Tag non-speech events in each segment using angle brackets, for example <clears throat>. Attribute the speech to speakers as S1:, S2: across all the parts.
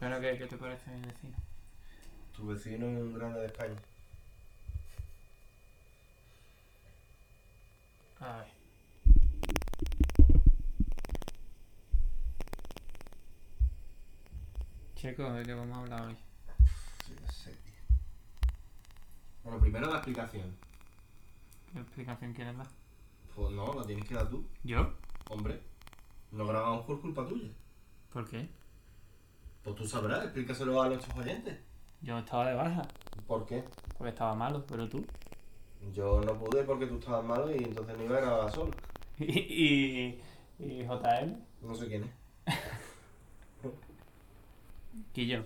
S1: Pero ¿qué, qué te parece mi vecino?
S2: Tu vecino es un grano de España.
S1: Ay. Chicos, ¿de qué vamos a hablar hoy?
S2: Yo qué sé, tío. Bueno, primero la explicación.
S1: ¿Qué explicación quieres dar?
S2: Pues no, la tienes que dar tú,
S1: ¿Yo?
S2: hombre. No grabamos por culpa tuya.
S1: ¿Por qué?
S2: Pues tú sabrás, explícaselo a nuestros oyentes.
S1: Yo estaba de baja,
S2: ¿Por qué?
S1: porque estaba malo, pero tú. <laughs>
S2: Yo no pude porque tú estabas malo y entonces no iba a grabar solo.
S1: y, y, y JL.
S2: No sé quién es.
S1: Quillo.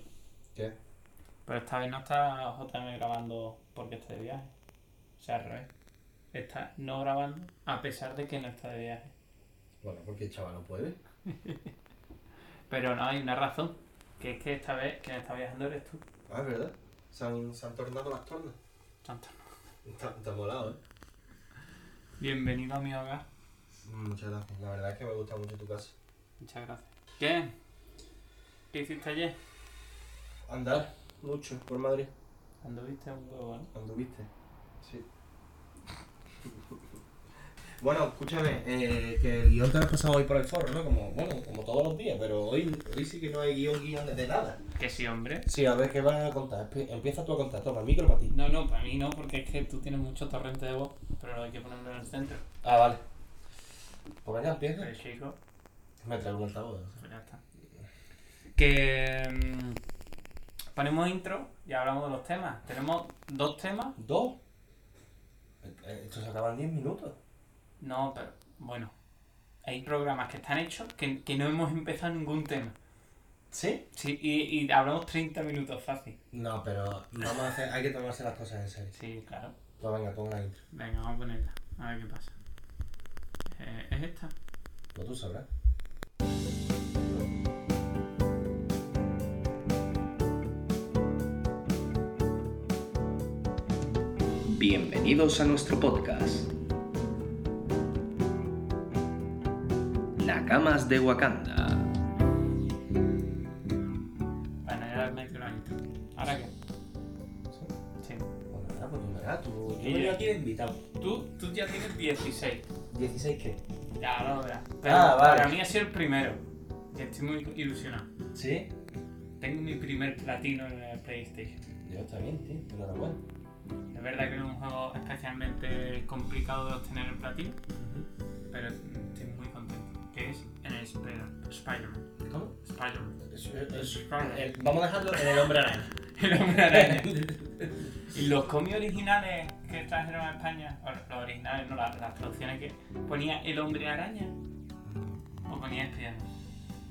S2: ¿Qué?
S1: Pero esta vez no está JM grabando porque está de viaje. O sea, al revés. Está no grabando a pesar de que no está de viaje.
S2: Bueno, porque el chaval no puede.
S1: Pero no, hay una razón. Que es que esta vez quien está viajando eres tú.
S2: Ah, es verdad. Se han, se han tornado las tornas.
S1: Tanto.
S2: Está, está molado, ¿eh?
S1: Bienvenido a mi hogar.
S2: Muchas gracias. La verdad es que me gusta mucho tu casa.
S1: Muchas gracias. ¿Qué? ¿Qué hiciste ayer?
S2: Andar mucho por Madrid.
S1: Anduviste un huevo, ¿no?
S2: ¿Anduviste? Sí. <laughs> Bueno, escúchame, eh, que el guión te lo has pasado hoy por el foro, ¿no? Como, bueno, como todos los días, pero hoy, hoy sí que no hay guión, guión de nada.
S1: Que sí, hombre.
S2: Sí, a ver, ¿qué vas a contar? Empie- Empieza tú a contar, toma, el micro para ti.
S1: No, no, para mí no, porque es que tú tienes mucho torrente de voz, pero hay que ponerlo en el centro.
S2: Ah, vale. Pues venga, empieza.
S1: Pero chico,
S2: Me traigo un altavoz.
S1: pues ya está. Que mm, ponemos intro y hablamos de los temas. Tenemos dos temas.
S2: ¿Dos? Eh, eh, Esto se acaba en 10 minutos.
S1: No, pero bueno. Hay programas que están hechos que, que no hemos empezado ningún tema.
S2: ¿Sí?
S1: Sí, y, y hablamos 30 minutos fácil.
S2: No, pero vamos a hacer, hay que tomarse las cosas en serio.
S1: Sí, claro.
S2: Pues venga, pon la intro.
S1: Venga, vamos a ponerla. A ver qué pasa. Eh, ¿Es esta?
S2: No Pues tú sabrás.
S3: Bienvenidos a nuestro podcast. Nakamas de Wakanda.
S1: Bueno, ya me he hecho la intro. ¿Ahora qué?
S2: Sí.
S1: Sí.
S2: Pues nada, pues tú verás, tú.
S1: Y yo-
S2: aquí de invitado.
S1: Tú, tú ya tienes 16.
S2: 16 qué?
S1: Ya, ahora lo verás.
S2: Ah,
S1: Pero
S2: vale.
S1: Para mí ha sido el primero. Y estoy muy ilusionado.
S2: Sí.
S1: Tengo mi primer platino en el PlayStation.
S2: Yo está bien, tío. Enhorabuena.
S1: Es verdad que no es un juego especialmente complicado de obtener el platino, pero estoy muy contento. Que es en el Spider- Spider-Man.
S2: ¿Cómo?
S1: Spider-Man. <laughs>
S2: Es- es- el- vamos a dejarlo en el hombre araña. <laughs>
S1: El hombre araña. Y los cómics originales que trajeron a España, o los originales, no, las, las traducciones que ponía el hombre araña o ponía este. Spiderman.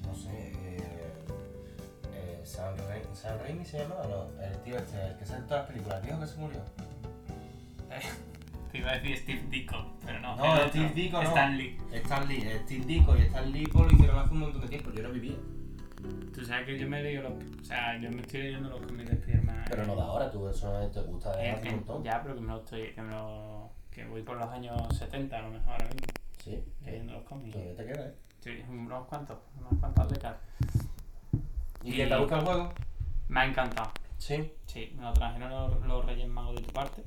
S2: No sé, eh. eh Sam, Raimi- Sam Raimi se llamaba, no. El tío este, el que sale en todas las películas, el viejo que se murió.
S1: <laughs> Te iba a decir Steve Ditko, pero no.
S2: No,
S1: el otro,
S2: Steve Ditko no.
S1: Stan Lee.
S2: Stan Lee, eh, Steve Ditko y Stan Lee pues, lo hicieron hace un montón de tiempo, yo no vivía.
S1: Tú sabes que yo me he leído los. O sea, yo me estoy leyendo los cómics de Spiderman.
S2: Pero no de ahora, tú, eso te gusta
S1: Eh,
S2: de hace
S1: eh,
S2: un montón.
S1: ya, pero que me lo estoy. Que, me lo, que voy por los años 70 a lo mejor ahora mismo,
S2: Sí,
S1: leyendo los cómics.
S2: todavía te queda, ¿eh?
S1: Sí, unos cuantos, unos cuantos décadas.
S2: ¿Y,
S1: Y-
S2: qué te gusta el juego? Pues
S1: Me ha encantado.
S2: Sí.
S1: Sí, me lo trajeron los, los Reyes Magos de tu parte.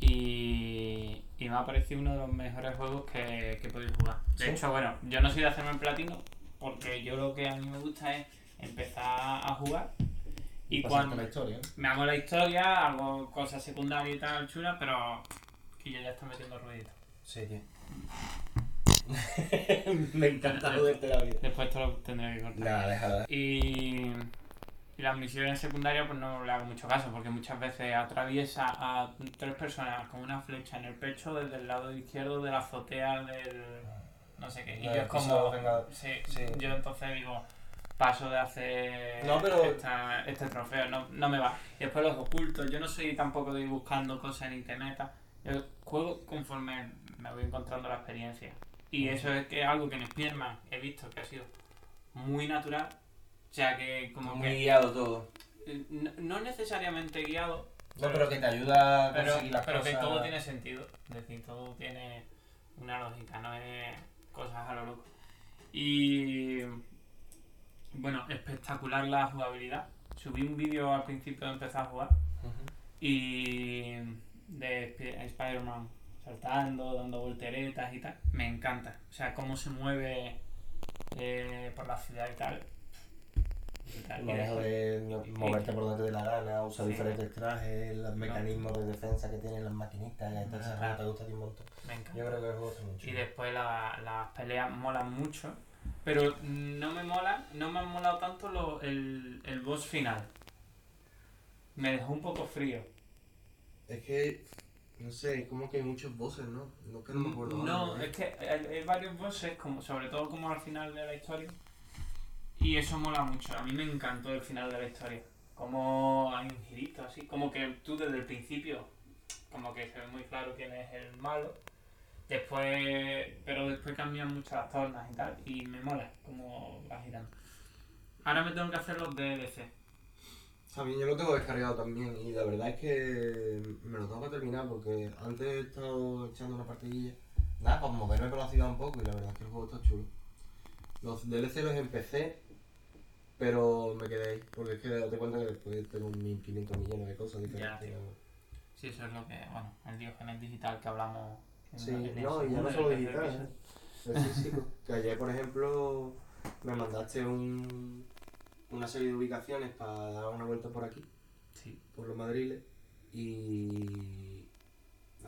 S1: Y, y me ha parecido uno de los mejores juegos que, que he podido jugar. De
S2: ¿Sí?
S1: hecho, bueno, yo no soy de hacerme el platino porque yo lo que a mí me gusta es empezar a jugar y
S2: Pasarte
S1: cuando
S2: la historia.
S1: me hago la historia, hago cosas secundarias y tal chulas, pero que yo ya está metiendo ruidito.
S2: Sí,
S1: <laughs>
S2: tío. Me encanta joderte la vida.
S1: Después esto lo tendré que cortar.
S2: Nada, déjala.
S1: Y, y las misiones secundarias pues no le hago mucho caso, porque muchas veces atraviesa a tres personas con una flecha en el pecho desde el lado izquierdo de la azotea del no sé qué. Y yo
S2: La del
S1: es
S2: piso
S1: como...
S2: de los
S1: Sí,
S2: Sí.
S1: yo entonces digo, paso de hacer
S2: No, pero-
S1: esta- este trofeo, no, no me va. Y después los oculto, yo no soy tampoco de ir buscando cosas en internet. tal. Yo juego conforme me voy encontrando la experiencia. Y eso es que es algo que en Spiderman he visto que ha sido muy natural. O sea que como
S2: Muy guiado todo.
S1: que eh, no, no necesariamente guiado,
S2: No, pero que te ayuda a
S1: pero,
S2: conseguir las
S1: pero
S2: cosas.
S1: que todo tiene sentido. Es decir, todo tiene una lógica, no es cosas a lo loco. Y bueno, espectacular la jugabilidad. Subí un vídeo al principio de empezar a jugar y de Sp- Spider-Man saltando, dando volteretas y tal. Me encanta. O sea, cómo se mueve eh, por la ciudad y tal. Y tal.
S2: El
S1: Y
S2: manejo
S1: después-
S2: de no- moverte por donde te dé la gana, usar
S1: Sí.
S2: diferentes trajes, los mecanismos de defensa que tienen las maquinitas, y entonces
S1: Ajá.
S2: ah, te gusta a ti un montón.
S1: Me encanta.
S2: Yo creo que el juego está mucho.
S1: Y después la- las peleas molan mucho. Pero no me mola, no me han molado tanto lo- el, el boss final. Me dejó un poco frío.
S2: Es que, no sé, es como que hay muchos bosses, ¿no? No que no me acuerdo.
S1: Mm, No,
S2: ahora,
S1: es que hay, hay varios bosses, como, sobre todo como al final de la historia. Y eso mola mucho. A mí me encantó el final de la historia. Como hay un girito así. Como que tú desde el principio, como que se ve muy claro quién es el malo. Después, pero después cambian mucho las tornas y tal. Y me mola como va girando. Ahora me tengo que hacer los DLC.
S2: También yo lo tengo descargado también y la verdad es que me lo tengo que terminar porque antes he estado echando una partidilla. Nada, para moverme por la ciudad un poco y la verdad es que el juego está chulo. Los DLC los empecé, pero me quedé ahí porque es que date cuenta que después tengo 1500 millones de cosas diferentes.
S1: tío. Sí, eso es lo que, bueno, el diógenes digital que hablamos. en-
S2: Sí,
S1: en el
S2: no, y ya
S1: segundo,
S2: no
S1: en
S2: solo
S1: el tercer
S2: digital,
S1: episodio.
S2: ¿eh? Es físico. Que ayer, por ejemplo, me mandaste un, una serie de ubicaciones para dar una vuelta por aquí.
S1: Sí.
S2: por los madriles y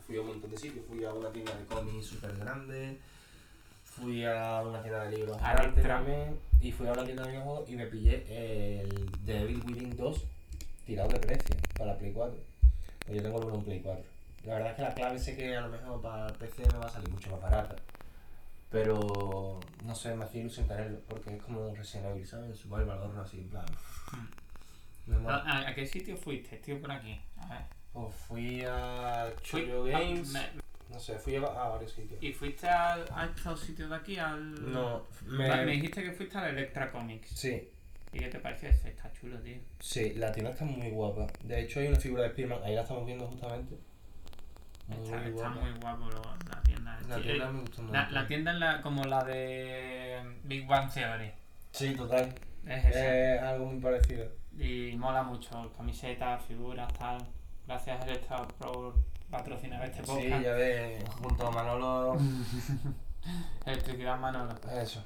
S2: fui a un montón de sitios. Fui a una tienda de cómics súper grande, fui a una tienda de libros
S1: A
S2: grande
S1: Electra.
S2: también, y fui a una tienda de videojuegos y me pillé el Devil Within 2 tirado de precio para Play 4. Pues yo tengo el uno en Play 4. La verdad es que la clave sé que a lo mejor para PC me va a salir mucho más barata. Pero no sé, me hacía ilusión tenerlo porque es como recién Evil, ¿sabes? Subo el valor no así, en plan. Me mola.
S1: ¿A, Ah, a- a qué sitio fuiste? Estoy por aquí. A ver.
S2: O fui a
S1: Fui-
S2: Chuyo
S1: ah,
S2: Games.
S1: me-
S2: No sé, fui a, a varios sitios.
S1: ¿Y fuiste al- a, estos sitios de aquí? Al...
S2: No,
S1: Ah, Me
S2: me.
S1: dijiste que fuiste al Electra Comics.
S2: Sí,
S1: ¿Y qué te parece? Este Está chulo, tío.
S2: sí, la tienda está muy guapa. De hecho, hay una figura de Spiderman, ahí la estamos viendo justamente. Muy
S1: Está está muy,
S2: guapa.
S1: guapo lo- la tienda.
S2: La
S1: Sí,
S2: tienda
S1: eh,
S2: me gustó mucho.
S1: la, la tienda es la, como la de Big Bang Theory.
S2: Sí, total.
S1: Es
S2: Es
S1: esa.
S2: algo muy parecido.
S1: Y mola mucho. Camisetas, figuras, tal. Gracias Electra por patrocinar este
S2: Sí,
S1: podcast.
S2: ya ves, junto a Manolo.
S1: Electricidad Manolo.
S2: <laughs> Eso.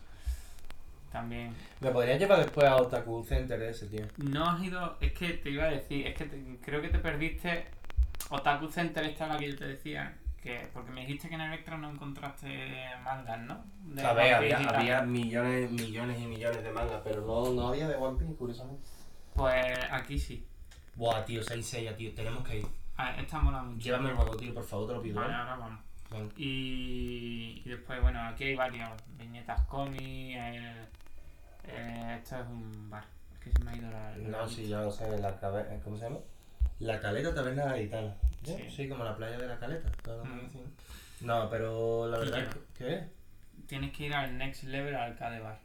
S1: También.
S2: Me podría llevar después a Otaku Center ese, tío.
S1: No has ido, es que te iba a decir, es que te- creo que te perdiste Otaku Center esta la que yo te decía, que porque me dijiste que en Electra no encontraste mangas, ¿no? De
S2: A ver,
S1: One Piece
S2: había,
S1: y tal.
S2: había millones, millones y millones de mangas, pero no, no había de One Piece, curiosamente.
S1: Pues aquí sí.
S2: Buah, tío, 6-6, tío, tenemos que ir.
S1: A ver, esta mola mucho.
S2: Llévame el juego, tío, por favor, te lo pido.
S1: Vale,
S2: ¿eh?
S1: ahora vamos.
S2: Ven.
S1: Y, y después, bueno, aquí hay varios. Viñetas comi, el- eh, esto es un bar. Es que se me ha ido la... la-
S2: No, sí, ya lo sé, la cabe- eh, ¿cómo se llama? La Caleta Taberna Gaditana. ¿Ya?
S1: Sí.
S2: Sí. como la playa de la Caleta. todo lo que
S1: Mm.
S2: dicen. No, pero la
S1: Y
S2: verdad
S1: lleva.
S2: es que... ¿Qué?
S1: Tienes que ir al Next Level al Cade Bar.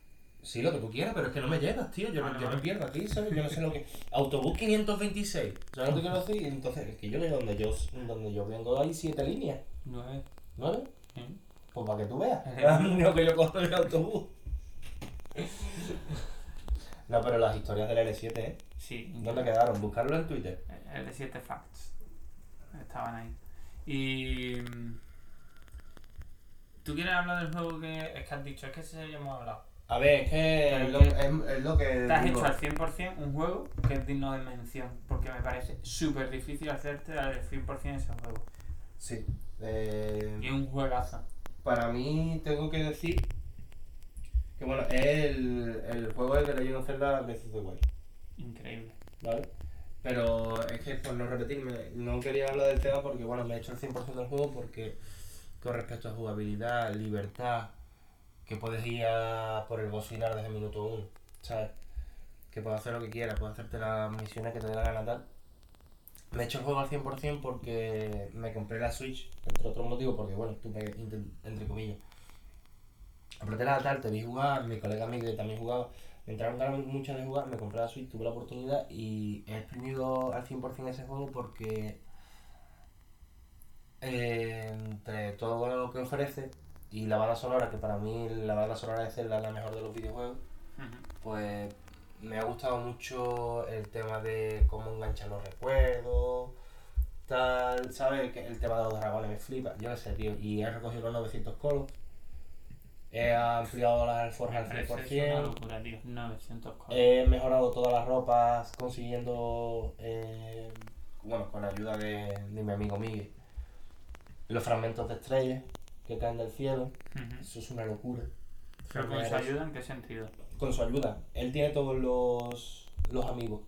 S2: Sí, lo que tú quieras, pero es que no me llevas, tío. Yo, no-
S1: Vale,
S2: yo
S1: vale.
S2: me pierdo aquí, ¿sabes? Yo no sé lo que... Autobús 526. ¿Sabes lo que quiero decir? Entonces, es que yo donde yo, donde yo vengo hay siete líneas,
S1: Nueve.
S2: ¿vale?
S1: ¿eh?
S2: Pues para que tú veas. Es <laughs> lo único que yo cojo en el autobús. No, pero las historias del L7, ¿eh?
S1: Sí.
S2: ¿Dónde quedaron? Buscarlo en Twitter.
S1: Eh, El de 7 Facts. Estaban ahí. Y. mm, ¿Tú quieres hablar del juego que, es que has dicho? Es que ese ya hemos hablado.
S2: A ver, es que
S1: Pero
S2: es lo,
S1: que-
S2: es- es lo que.
S1: Te has
S2: digo.
S1: hecho al 100% un juego que es digno de mención. Porque me parece súper difícil hacerte al 100% ese juego.
S2: Sí.
S1: Y
S2: Eh,
S1: es un juegazo.
S2: para mí, tengo que decir que, bueno, es el, el juego es de Legend of Zelda Breath of the Wild,
S1: Increíble.
S2: ¿vale? Pero es que, por no repetirme, no quería hablar del tema porque, bueno, me he hecho el 100% del juego porque, con respecto a jugabilidad, libertad, que puedes ir a por el boss final desde el minuto 1, ¿sabes? Que puedes hacer lo que quieras, puedes hacerte las misiones que te dé la gana tal. Me he hecho el juego al 100% porque me compré la Switch, entre otros motivos, porque bueno, tú me, inten- entre comillas. Apreté la tal, te vi jugar, mi colega Miguel también jugaba. Me entraron ganas muchas de jugar, me compré la Switch, tuve la oportunidad y he exprimido al 100% ese juego porque eh, entre todo lo que ofrece y la banda sonora, que para mí la banda sonora de Zelda es la mejor de los videojuegos,
S1: Ujú.
S2: pues me ha gustado mucho el tema de cómo enganchan los recuerdos, tal, ¿sabes? Que El tema de los dragones me flipa, yo qué sé, tío. Y he recogido los 900 colos, he ampliado las alforjas
S1: Me
S2: al
S1: parece eso
S2: 100%.
S1: una locura, tío. 900 cosas.
S2: He mejorado todas las ropas consiguiendo, eh, bueno, con la ayuda de, de mi amigo Miguel, los fragmentos de estrellas que caen del cielo.
S1: Ujú.
S2: Eso es una locura.
S1: ¿Pero con su ayuda en qué sentido?
S2: Con su ayuda. Él tiene todos los, los amigos.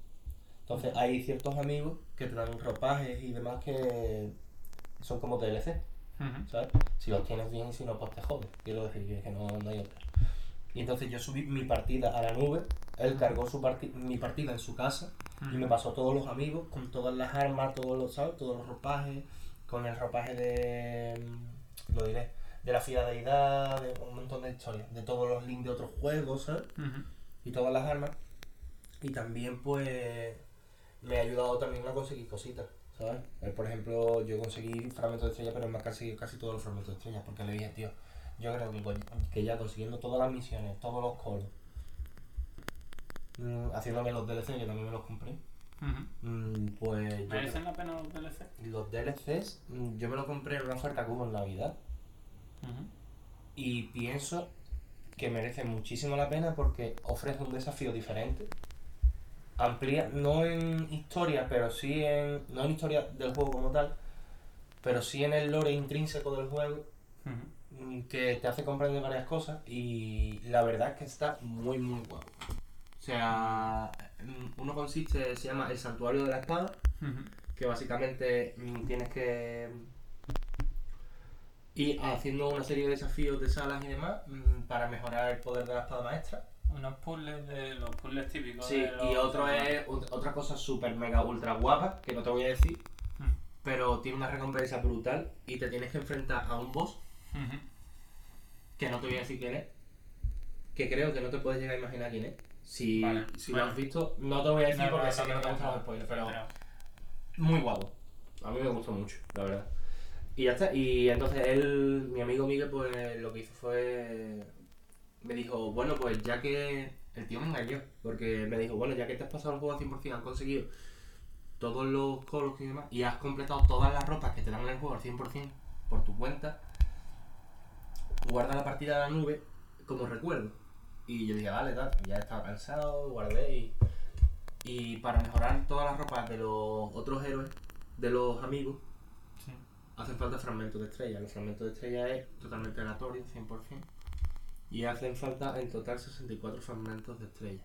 S2: Entonces hay ciertos amigos que te dan ropajes y demás que son como DLC,
S1: Ujú.
S2: ¿sabes? Si los tienes bien y si no, pues te jodes. Quiero decir que- que no, no hay otra. Y entonces yo subí mi partida a la nube, él cargó su parti- mi partida en su casa Y me pasó todos los amigos, con todas las armas, todos los, ¿sabes? Todos los ropajes, con el ropaje de. mm, lo diré, de la fidelidad, de un montón de historias, de todos los links de otros juegos, ¿sabes?
S1: Ujú.
S2: Y todas las armas. Y también, pues. me ha ayudado también a conseguir cositas, ¿sabes? Eh, Por ejemplo, yo conseguí fragmentos de estrellas, pero me ha conseguido casi todos los fragmentos de estrellas, porque le dije, tío, yo creo que, con- que ya consiguiendo todas las misiones, todos los colos, mm, haciéndome los DLC, que también me los compré.
S1: Ujú.
S2: Mm, pues yo
S1: ¿Merecen la pena los DLC?
S2: creo- los DLCs, mm, yo me lo compré en una oferta cubo en Navidad
S1: Ujú.
S2: y pienso que merece muchísimo la pena porque ofrece un desafío diferente. Amplía, no en historia, pero sí en. No en historia del juego como tal, pero sí en el lore intrínseco del juego
S1: Ujú.
S2: mm, que te hace comprender varias cosas y la verdad es que está muy muy guapo. O sea, mm, uno consiste, se llama El Santuario de la Espada,
S1: Ujú.
S2: que básicamente mm, tienes que ir haciendo una serie de desafíos de salas y demás mm, para mejorar el poder de la espada maestra.
S1: Unos puzzles de los puzzles típicos.
S2: Sí,
S1: de los-
S2: y otro es ot- otra cosa súper mega ultra guapa, que no te voy a decir,
S1: Ujú.
S2: pero tiene una recompensa brutal y te tienes que enfrentar a un boss,
S1: Ujú.
S2: que no te voy a decir quién es, que creo que no te puedes llegar a imaginar quién es. Si,
S1: Vale,
S2: si lo
S1: vale.
S2: has visto, no te voy a decir
S1: No,
S2: porque
S1: no,
S2: sé
S1: no,
S2: que no te
S1: no,
S2: gustan
S1: no.
S2: los spoilers, pero...
S1: Pero-
S2: muy guapo. A mí me gustó mucho, la verdad. Y ya está. Y entonces él, mi amigo Miguel, pues lo que hizo fue. Me dijo, bueno, pues ya que. El tío me engañó. Porque me dijo, bueno, ya que te has pasado el juego al 100%, has conseguido todos los colos y demás, y has completado todas las ropas que te dan en el juego al 100% por tu cuenta, guarda la partida de la nube como recuerdo. Y yo dije, vale, tal, ya estaba cansado, guardé y. Y para mejorar todas las ropas de los otros héroes, de los amigos,
S1: Sí.
S2: hacen falta fragmentos de estrella. Los fragmentos de estrella es totalmente aleatorio, 100%. Y hacen falta en total 64 fragmentos de estrella.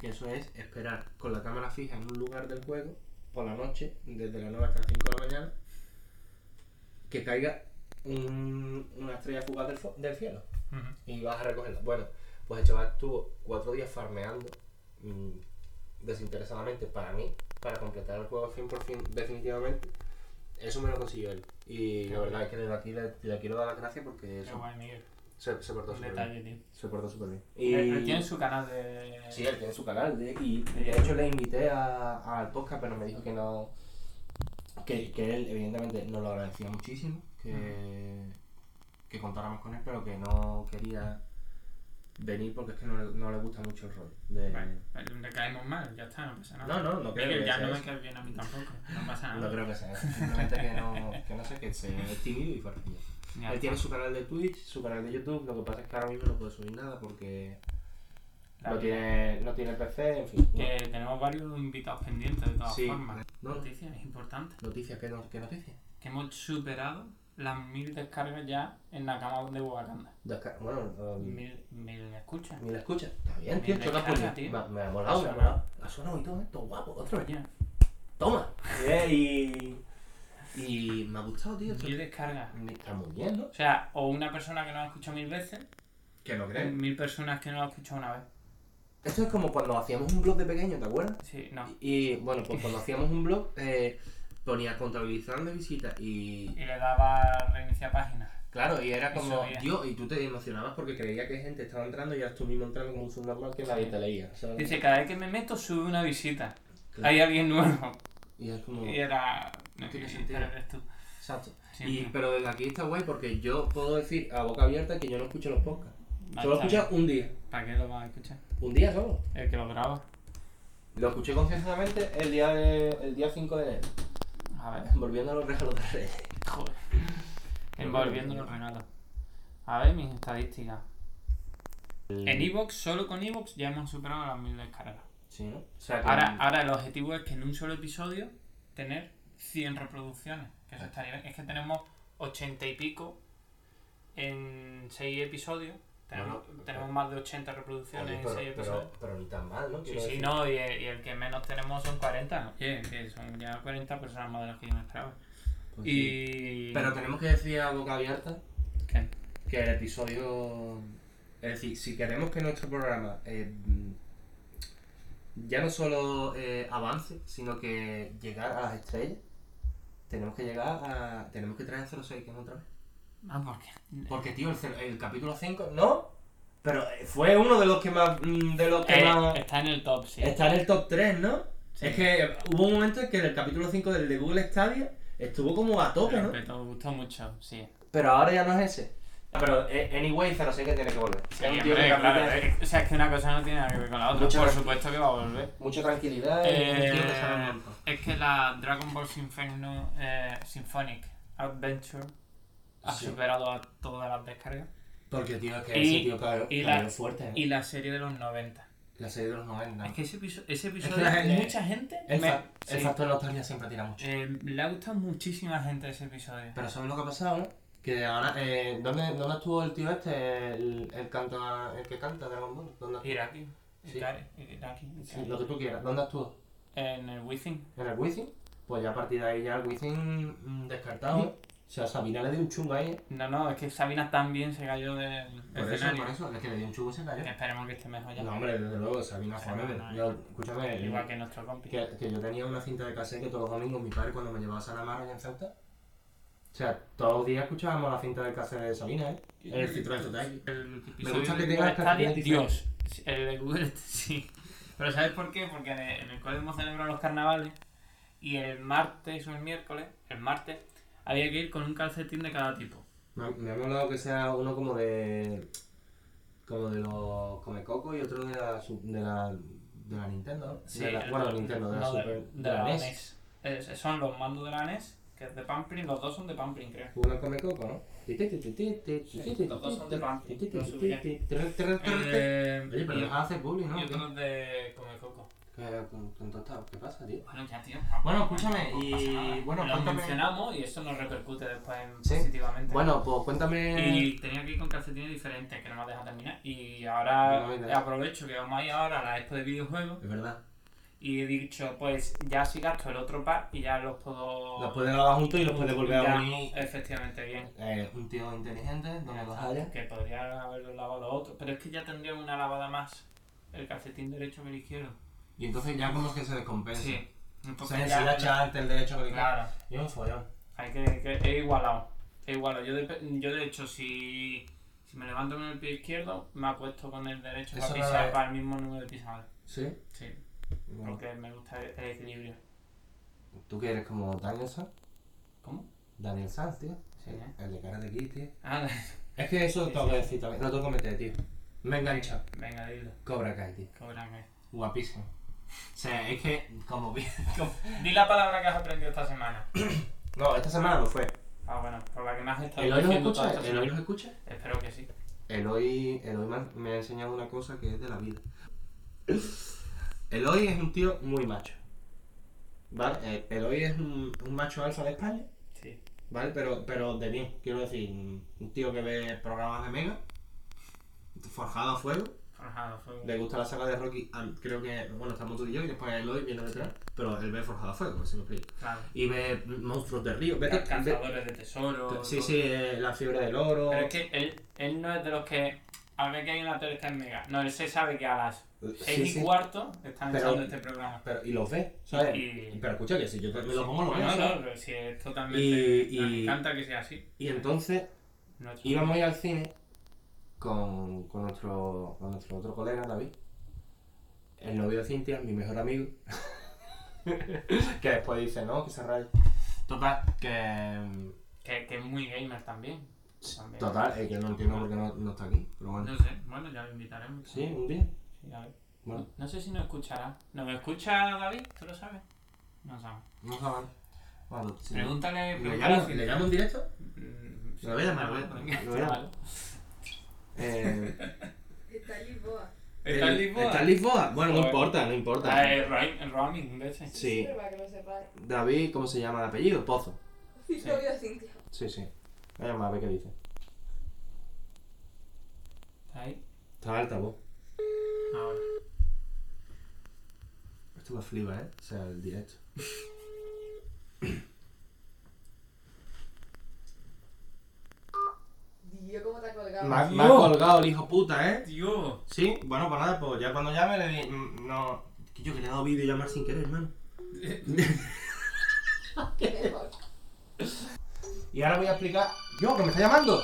S2: Que eso es esperar con la cámara fija en un lugar del juego, por la noche, desde las 9 hasta las 5 de la mañana, que caiga un- una estrella fugaz del, fo- del cielo
S1: Ujú.
S2: y vas a recogerla. Bueno, pues el chaval estuvo cuatro días farmeando mm, desinteresadamente para mí, para completar el juego al 100% definitivamente. Eso me lo consiguió él. Y
S1: Qué
S2: la verdad
S1: guay.
S2: es que desde aquí le, le quiero dar las gracias porque
S1: Qué
S2: eso,
S1: guay, Miguel.
S2: se, se portó
S1: Un
S2: súper bien.
S1: detalle, tío.
S2: Se portó súper bien.
S1: Él-
S2: Y...
S1: él tiene su canal de.
S2: Sí, él tiene su canal. de- Y de hecho le invité a- al podcast, pero me dijo que no. Que, que él, evidentemente, nos lo agradecía muchísimo. Que, que contáramos con él, pero que no quería venir porque es que no le, no le gusta mucho el rol. de-
S1: Vale, vale, Pues, le caemos mal, ya está, no pasa nada.
S2: No, no, no creo
S1: Miguel,
S2: que
S1: ya
S2: sea
S1: no me
S2: eso.
S1: caes bien a mí tampoco, no pasa nada.
S2: No creo que sea eso, Simplemente que no, que no sé, que se es tímido y fuera.
S1: Ya
S2: Él
S1: está.
S2: tiene su canal de Twitch, su canal de YouTube. Lo que pasa es que ahora mismo no puede subir nada porque
S1: La
S2: no
S1: vida.
S2: tiene, no tiene PC, en fin. no.
S1: Que tenemos varios invitados pendientes de todas
S2: Sí.
S1: formas.
S2: No, no.
S1: Noticias importantes.
S2: Noticias, ¿qué, no- qué noticias?
S1: Que hemos superado las mil descargas ya en la cama de Wakanda.
S2: Desca- Bueno, um,
S1: Mil, mil escuchas.
S2: ni la escucha. Está bien, tío,
S1: Ni la
S2: choca
S1: escucha,
S2: puño.
S1: tío.
S2: Me, me ha molado, me ha
S1: Suena.
S2: molado. Ha sonado y todo esto, guapo, otra vez.
S1: Ya,
S2: Toma. y... y me ha gustado, tío. esto.
S1: Mil descargas.
S2: Está muy bien, ¿no?
S1: O sea, o una persona que no ha escuchado mil veces,
S2: Que no
S1: o mil personas que no ha escuchado una vez.
S2: Esto es como cuando hacíamos un blog de pequeño, ¿te acuerdas?
S1: Sí, no.
S2: Y y, bueno, pues cuando hacíamos un blog, eh, ponía contabilizando visitas y
S1: Y le daba a reiniciar página.
S2: Claro, y era
S1: Eso
S2: como,
S1: bien.
S2: Dios, y tú te emocionabas porque creía que gente estaba entrando y eras tú mismo entrando como un subnormal que nadie te leía. ¿sabes?
S1: Dice, cada vez que me meto sube una visita.
S2: Claro.
S1: Hay alguien
S2: <laughs>
S1: nuevo.
S2: Y es como,
S1: Y era...
S2: No tiene
S1: y-
S2: sentido.
S1: pero eres tú.
S2: exacto.
S1: Sí,
S2: Y-
S1: sí.
S2: pero desde aquí está guay porque yo puedo decir a boca abierta que yo no escucho los podcasts.
S1: Ah,
S2: Solo
S1: está
S2: escucho un día.
S1: ¿Para qué lo vas a escuchar?
S2: Un día solo.
S1: El que lo graba.
S2: Lo escuché concienciadamente el día, de- el día 5 de enero, <laughs>
S1: A ver,
S2: volviendo a los regalos de Reyes.
S1: joder.
S2: <laughs>
S1: Envolviendo los regalos. A ver mis estadísticas. En Evox, solo con Evox, ya hemos superado las mil descargas.
S2: Sí, ¿no? O sea, que-
S1: Ahora, ahora el objetivo es que en un solo episodio tener 100 reproducciones. Que eso estaría bien. Es que tenemos 80 y pico en 6 episodios. Tenemos,
S2: Bueno,
S1: tenemos más de 80 reproducciones
S2: Oye,
S1: en
S2: pero,
S1: 6 episodios.
S2: pero, pero ni tan mal, ¿no?
S1: Sí,
S2: Quiero
S1: sí,
S2: decir-
S1: no, y, y el que menos tenemos son 40. Oye, que son ya 40 personas más de las que yo me esperaba.
S2: Pues sí.
S1: Y.
S2: Pero tenemos que decir a boca abierta
S1: ¿Qué?
S2: que el episodio. Es decir, si queremos que nuestro programa eh, ya no solo eh, avance, sino que llegar a las estrellas, tenemos que llegar a. Tenemos que traer el 06, que es otra vez.
S1: Ah, ¿por qué?
S2: Porque, tío, el, cero- el capítulo 5, ¿no? Pero eh, fue uno de los que más. mm, De los que
S1: Eh,
S2: más.
S1: está en el top, sí.
S2: Está en el top 3, ¿no?
S1: Sí.
S2: Es que eh, hubo un momento en que el capítulo 5 del de Google Stadia estuvo como a tope,
S1: Pero
S2: ¿no?
S1: que te gustó mucho, sí.
S2: Pero ahora ya no es ese. Pero eh, anyway, 06 que tiene que volver.
S1: Sí,
S2: Es un tío
S1: hombre,
S2: que aplica
S1: claro, eh, o sea, es que una cosa no tiene nada que ver con la otra.
S2: Mucho
S1: Por
S2: gracias.
S1: supuesto que va a volver.
S2: Mucha tranquilidad
S1: Eh,
S2: un tío que sabe mucho.
S1: es que la Dragon Ball Sinferno, eh, Symphonic Adventure ha
S2: Sí.
S1: superado a todas las descargas.
S2: Porque, tío, es que
S1: y-
S2: ese tío cayó,
S1: y
S2: cayó
S1: la-
S2: fuerte. ¿eh?
S1: Y la serie de los 90.
S2: La serie de los 90.
S1: Es que ese episodio, ese episodio
S2: la gente-
S1: mucha gente
S2: el,
S1: me-
S2: fa- el
S1: sí.
S2: factor nostalgia siempre tira mucho.
S1: Eh, le ha gustado muchísima gente ese episodio.
S2: Pero ¿sabes lo que ha pasado, no? Que ahora, eh, ¿dónde, ¿dónde estuvo el tío este, el, el, canta, el que canta Dragon Ball? ¿Dónde estuvo?
S1: Iraki.
S2: Sí.
S1: Ikari, Iraki,
S2: Sí,
S1: Ikari.
S2: lo que tú quieras. ¿Dónde estuvo?
S1: En el Wizzing.
S2: en el Wizzing, pues ya a partir de ahí ya el Wizzing mm, descartado. ¿eh? O sea, Sabina le dio un chungo ahí. ¿eh?
S1: No, no, es que Sabina también se cayó del
S2: Por eso,
S1: escenario.
S2: por eso, es que le dio un chungo y se
S1: Que
S2: cayó.
S1: esperemos que esté mejor ya.
S2: No, hombre, desde luego, Sabina fue a
S1: Sabina,
S2: ver.
S1: eh.
S2: Yo, escúchame,
S1: Igual que nuestro compi.
S2: que, que yo tenía una cinta de cassette que todos los domingos mi padre cuando me llevaba a Salamar allá en Ceuta. O sea, todos los días escuchábamos la cinta de cassette de Sabina, ¿eh? En el Citroën Total.
S1: El
S2: Me
S1: episodio
S2: gusta que
S1: de
S2: tengas
S1: Google Stadia,
S2: características.
S1: Dios. El de Google, <laughs> sí. Pero ¿sabes por qué? Porque en el, en el cole hemos celebrado los carnavales y el martes o el miércoles, el martes, había que ir con un calcetín de cada tipo.
S2: Me, me ha molado que sea uno como de. como de los Comecocos y otro de la. sub- de la. de la Nintendo, ¿no? de la,
S1: el-
S2: bueno, Nintendo, de la E
S1: no,
S2: Super.
S1: de la E NES. Es- son los mandos de la NES, que es de Pampering, los dos son de Pampering, creo.
S2: Uno come coco, ¿no? Los
S1: los dos son de pan. Los subiré. Eh,
S2: Oye, pero
S1: y,
S2: los hace public, ¿no?
S1: y otros de Come Coco.
S2: ¿Qué- con- con tostado? ¿Qué pasa, tío?
S1: Bueno, ya, tío.
S2: Bueno, escúchame,
S1: No
S2: y-
S1: pasa nada.
S2: bueno,
S1: los
S2: cuéntame-
S1: mencionamos y eso nos repercute después en-
S2: Sí.
S1: positivamente.
S2: Bueno, pues cuéntame.
S1: Y tenía que ir con calcetines diferentes, que no me has dejado terminar. Y ahora
S2: No, no, no.
S1: aprovecho que vamos a ir ahora a la expo de videojuegos.
S2: Es verdad.
S1: Y he dicho, pues ya si gasto el otro par y ya los puedo.
S2: Los puedes grabar juntos y los puedes volver
S1: Ya,
S2: a unir.
S1: Efectivamente, bien.
S2: Eh, un tío inteligente, donde los haya.
S1: Que podría haberlo lavado otro. Pero es que ya tendría una lavada más. El calcetín derecho que el izquierdo.
S2: Y entonces ya como que se descompensa.
S1: Sí.
S2: O
S1: Entonces
S2: sea,
S1: ya-
S2: enseguida echa antes el derecho que le
S1: Claro.
S2: Y un follón.
S1: Hay que, que- he igualado. He igualado. Yo de, yo de hecho, si, si me levanto con el pie izquierdo, me acuesto con el derecho para
S2: Eso no
S1: pisar
S2: es-
S1: para el mismo número de pisadas.
S2: ¿Sí?
S1: Sí, porque me gusta el el equilibrio.
S2: ¿Tú que eres como Daniel Sanz?
S1: ¿Cómo?
S2: Daniel Sanz, tío.
S1: Sí, ¿eh?
S2: El de cara de Kitty.
S1: Ah, <laughs>
S2: Es que eso
S1: Sí,
S2: tengo
S1: sí.
S2: que decir también. Lo tengo que meter, tío. Me engancha.
S1: venga, dilo.
S2: Cobra Kai, tío.
S1: Cóbrame.
S2: Guapísimo. O sea, es que como vi- <laughs> como-
S1: Di la palabra que has aprendido esta semana.
S2: No, esta semana no fue.
S1: Ah, bueno, por la que me has estado
S2: ¿El hoy nos
S1: diciendo toda
S2: escucha?
S1: esta
S2: ¿El hoy nos
S1: semana.
S2: escucha?
S1: Espero que sí.
S2: El hoy, el hoy me ha- me ha enseñado una cosa que es de la vida. El hoy es un tío muy macho. ¿Vale? Eh, El, el hoy es un, un macho alfa de España.
S1: Sí.
S2: ¿Vale? Pero, pero de bien, quiero decir, un tío que ve programas de Mega, forjado a fuego,
S1: Forjado fue un-
S2: le gusta la saga de Rocky, a- creo que, bueno, estamos tú y yo, y después Eloy viene detrás, pero él ve forjado a fuego, si me explico.
S1: Claro.
S2: Y ve monstruos de río, ve... ve-
S1: Cazadores de tesoros.
S2: sí,
S1: todo.
S2: sí, eh, la fiebre del oro...
S1: Pero es que él, él no es de los que. A ver que hay una tele está en mega. No, él se sabe que a las
S2: Sí,
S1: 6
S2: sí.
S1: y cuarto están
S2: Pero-
S1: echando este programa.
S2: Pero- y los ve, ¿sabes?
S1: Y-
S2: Pero escucha que si yo te me lo pongo, lo veo,
S1: no,
S2: ¿sabes?
S1: no, pero si es totalmente.
S2: Y-
S1: Nos
S2: y-
S1: encanta que sea así.
S2: Y entonces
S1: Nuestro-
S2: íbamos a ir al cine con, con, nuestro, con nuestro otro colega, David, el novio de Cintia, mi mejor amigo, <laughs> que después dice, no, que se raya. Total, que...
S1: Que, que es muy gamer también. También.
S2: Total, eh, que no entiendo por qué no, no está aquí, pero bueno.
S1: No sé, bueno, ya lo invitaremos.
S2: Sí, un día.
S1: Sí, a ver.
S2: Bueno,
S1: No, No sé si nos escuchará. ¿Nos escucha David? ¿Tú lo sabes? No sabemos.
S2: No saben. Bueno, si
S1: Pregúntale.
S2: ¿Le llamo, si
S1: pregúntale.
S2: ¿Le llamo en directo?
S1: Mm,
S2: Lo voy a
S1: sí,
S2: llamar, lo voy a-
S1: venga,
S2: lo voy a llamar.
S1: vale.
S2: Eh,
S4: Está en Lisboa.
S1: ¿Está en Lisboa?
S2: <laughs> ¿Está en Lisboa? Bueno, no
S1: Joder.
S2: importa, no importa.
S1: Ah, eh, Raim- el roaming, de ese.
S2: Sí.
S4: Pero para que lo sepáis.
S2: David, ¿cómo se llama el apellido? Pozo.
S4: Sí, <laughs> lo vio Cintia.
S2: Sí, sí. Voy a llamar a ver qué dice.
S1: ¿Está ahí?
S2: Estaba el tabú. Ah,
S1: Ahora.
S2: Esto me flipa, ¿eh? O sea, el directo.
S4: Dios, cómo te ha colgado.
S2: Me ha, me ha
S1: Dios.
S2: colgado el hijo puta, ¿eh?
S1: Dios.
S2: Sí, bueno, pues nada, pues ya cuando llame le di... mm, No... Que yo que le he dado vídeo llamar sin querer, hermano.
S4: Mejor.
S2: Y ahora voy a explicar... ¡Yo, que me está llamando!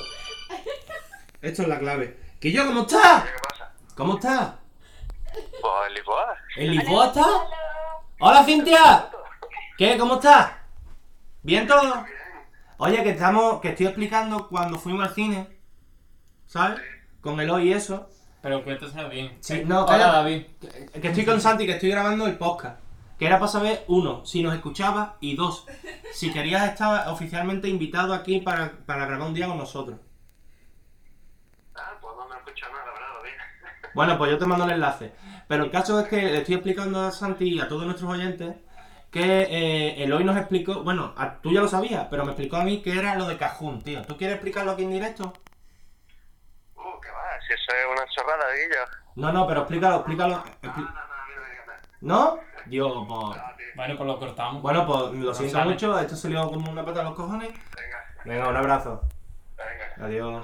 S2: <laughs> Esto es la clave. ¡Que yo, cómo estás?
S5: ¿Qué pasa?
S2: ¿Cómo estás?
S5: Pues en Lisboa.
S2: ¿En Lisboa estás? ¡Hola, Cintia! ¿Qué? ¿Cómo estás? ¿Bien todo? Oye, que estamos... Que estoy explicando cuando fuimos al cine. ¿Sabes? Con el hoy y eso.
S1: Pero cuéntaselo bien. Eh,
S2: Sí, no,
S1: Hola,
S2: cállate.
S1: David.
S2: Que que estoy con Santi, que estoy grabando el podcast. Que era para saber, uno, si nos escuchabas y dos, si querías estar oficialmente invitado aquí para, para grabar un día con nosotros.
S5: Ah, pues no me escucha nada, la verdad, bien.
S2: Bueno, pues yo te mando el enlace. Pero el caso es que le estoy explicando a Santi y a todos nuestros oyentes que eh, Eloy nos explicó, bueno, a- tú ya lo sabías, pero me explicó a mí que era lo de Cajun, tío. ¿Tú quieres explicarlo aquí en directo?
S5: Uh, qué va, si eso es una chorrada de ellos.
S2: No, no, pero explícalo, explícalo.
S5: No,
S2: expli-
S5: no, no, a mí no me digas
S2: ¿No? Dios, pues...
S5: nada, tío.
S1: Bueno, pues lo cortamos.
S2: Bueno, pues lo
S1: No
S2: siento
S1: sale.
S2: mucho, esto se le dio como una pata a los cojones.
S5: Venga,
S2: Venga, un abrazo.
S5: venga.
S2: Adiós.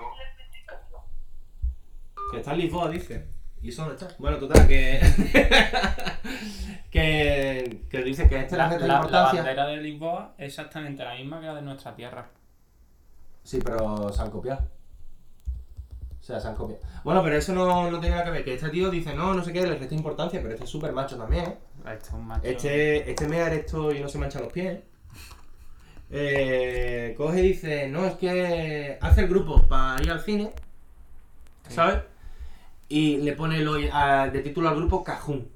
S2: Que está en Lisboa, dice. ¿Y eso dónde está? Bueno, total, que. <laughs> que. Que dice que este
S1: la,
S2: es
S1: la- la bandera de Lisboa es exactamente la misma que la de nuestra tierra.
S2: Sí, pero se han copiado. O sea, se han copiado. Bueno, pero eso no, no tiene nada que ver. Que este tío dice, no, no sé qué, le resta importancia, pero este es súper macho también, ¿eh?
S1: Este es un macho.
S2: Este, este me esto y no se mancha los pies. Eh, coge y dice, no, es que hace el grupo para ir al cine, ¿sabes? Y le pone lo, a- de título al grupo Cajun.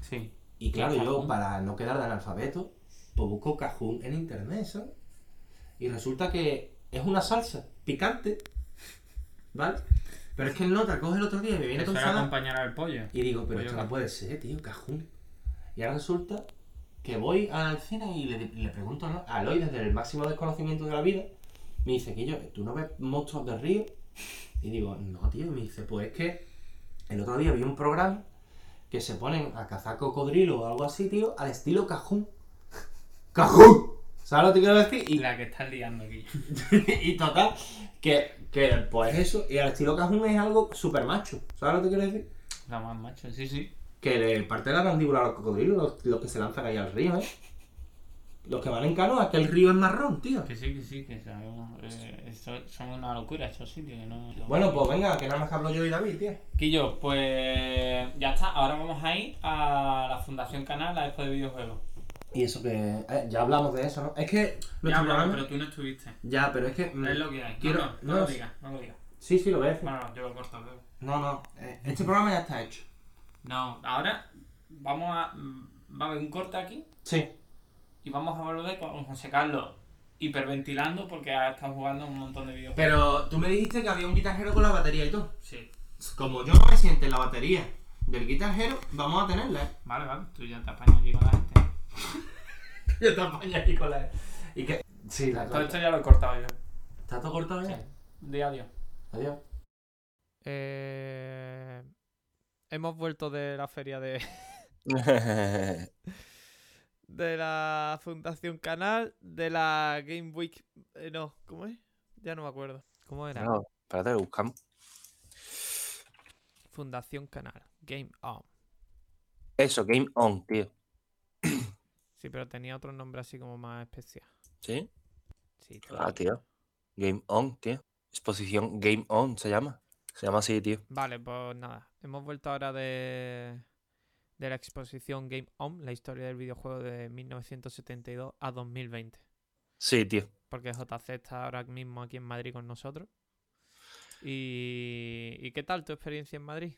S1: Sí.
S2: Y claro, yo
S1: Cajun.
S2: para no quedar de analfabeto, pues busco Cajun en internet, ¿sabes? Y resulta que es una salsa picante, ¿vale? Pero es que el nota coge el otro día y me viene
S1: Eso
S2: con
S1: era
S2: salada.
S1: acompañar al pollo.
S2: Y digo, pero
S1: Pollo
S2: esto no
S1: Cajun.
S2: puede ser, tío, cajún. Y ahora resulta que voy al cine y le, le pregunto ¿no? a Eloy desde el máximo desconocimiento de la vida. Me dice, que yo, ¿tú no ves monstruos del río? Y digo, no, tío. Y me dice, pues es que el otro día vi un programa que se ponen a cazar cocodrilo o algo así, tío, al estilo cajún. <laughs> ¡Cajún! ¿Sabes lo que te quiero decir? <laughs> Y,
S1: La que estás liando aquí. <laughs>
S2: y total, que, que pues eso, y al estilo cajún es algo súper macho. ¿Sabes lo que te quiero decir?
S1: La más macho, sí, sí.
S2: Que le parte la mandíbula a los cocodrilos, los, los que se lanzan ahí al río, ¿eh? Los que van en canoa, que el río es marrón, tío.
S1: Que sí, que sí, que sabemos. eh, esto- son una locura estos sitios. Que no...
S2: Bueno, pues venga, que nada más que hablo yo y David, tío.
S1: Quillo, pues ya está. Ahora vamos a ir a la Fundación Canal, la expo de videojuegos.
S2: Y eso que... eh, ya hablamos de eso, ¿no? Es que... nuestro
S1: Ya, bueno,
S2: programa-
S1: pero tú no estuviste.
S2: Ya, pero es que... mm,
S1: Es lo que hay. No,
S2: Quiero-
S1: No, no,
S2: no,
S1: lo
S2: sí.
S1: digas, no lo digas.
S2: Sí, sí, lo voy a decir.
S1: Bueno, yo lo corto luego.
S2: No, no. eh, este programa ya está hecho.
S1: No, ahora vamos a. mm, Va a haber un corte aquí
S2: Sí.
S1: y vamos a volver con José Carlos hiperventilando porque ha estado jugando un montón de videojuegos.
S2: Pero tú me dijiste que había un guitarrero con la batería y todo.
S1: Sí.
S2: Como yo no me siente la batería del guitarrero, vamos a tenerla, ¿eh? <laughs>
S1: Vale, vale, tú ya te apañas aquí con la gente.
S2: Yo te apaño aquí con la... Y que... Sí, la
S1: Todo esto ya lo he cortado yo.
S2: ¿Está todo cortado ya?
S1: Sí. Di adiós.
S2: Adiós.
S6: Eh, hemos vuelto de la feria de, <laughs> de la Fundación Canal, de la Game Week. eh, no, ¿cómo es? Ya no me acuerdo. ¿Cómo era?
S5: <laughs> No, espérate, lo buscamos.
S6: Fundación Canal, Game On.
S5: Eso, Game On, tío.
S6: Sí, pero tenía otro nombre así como más especial.
S5: ¿Sí?
S6: Sí, te lo
S5: Ah,
S6: digo.
S5: tío. Game On, tío. Exposición Game On se llama. Se llama así, tío.
S6: Vale, pues nada. Hemos vuelto ahora de, de la exposición Game On, la historia del videojuego de 1972 a 2020.
S5: Sí, tío.
S6: porque JC está ahora mismo aquí en Madrid con nosotros. ¿Y, ¿y qué tal tu experiencia en Madrid?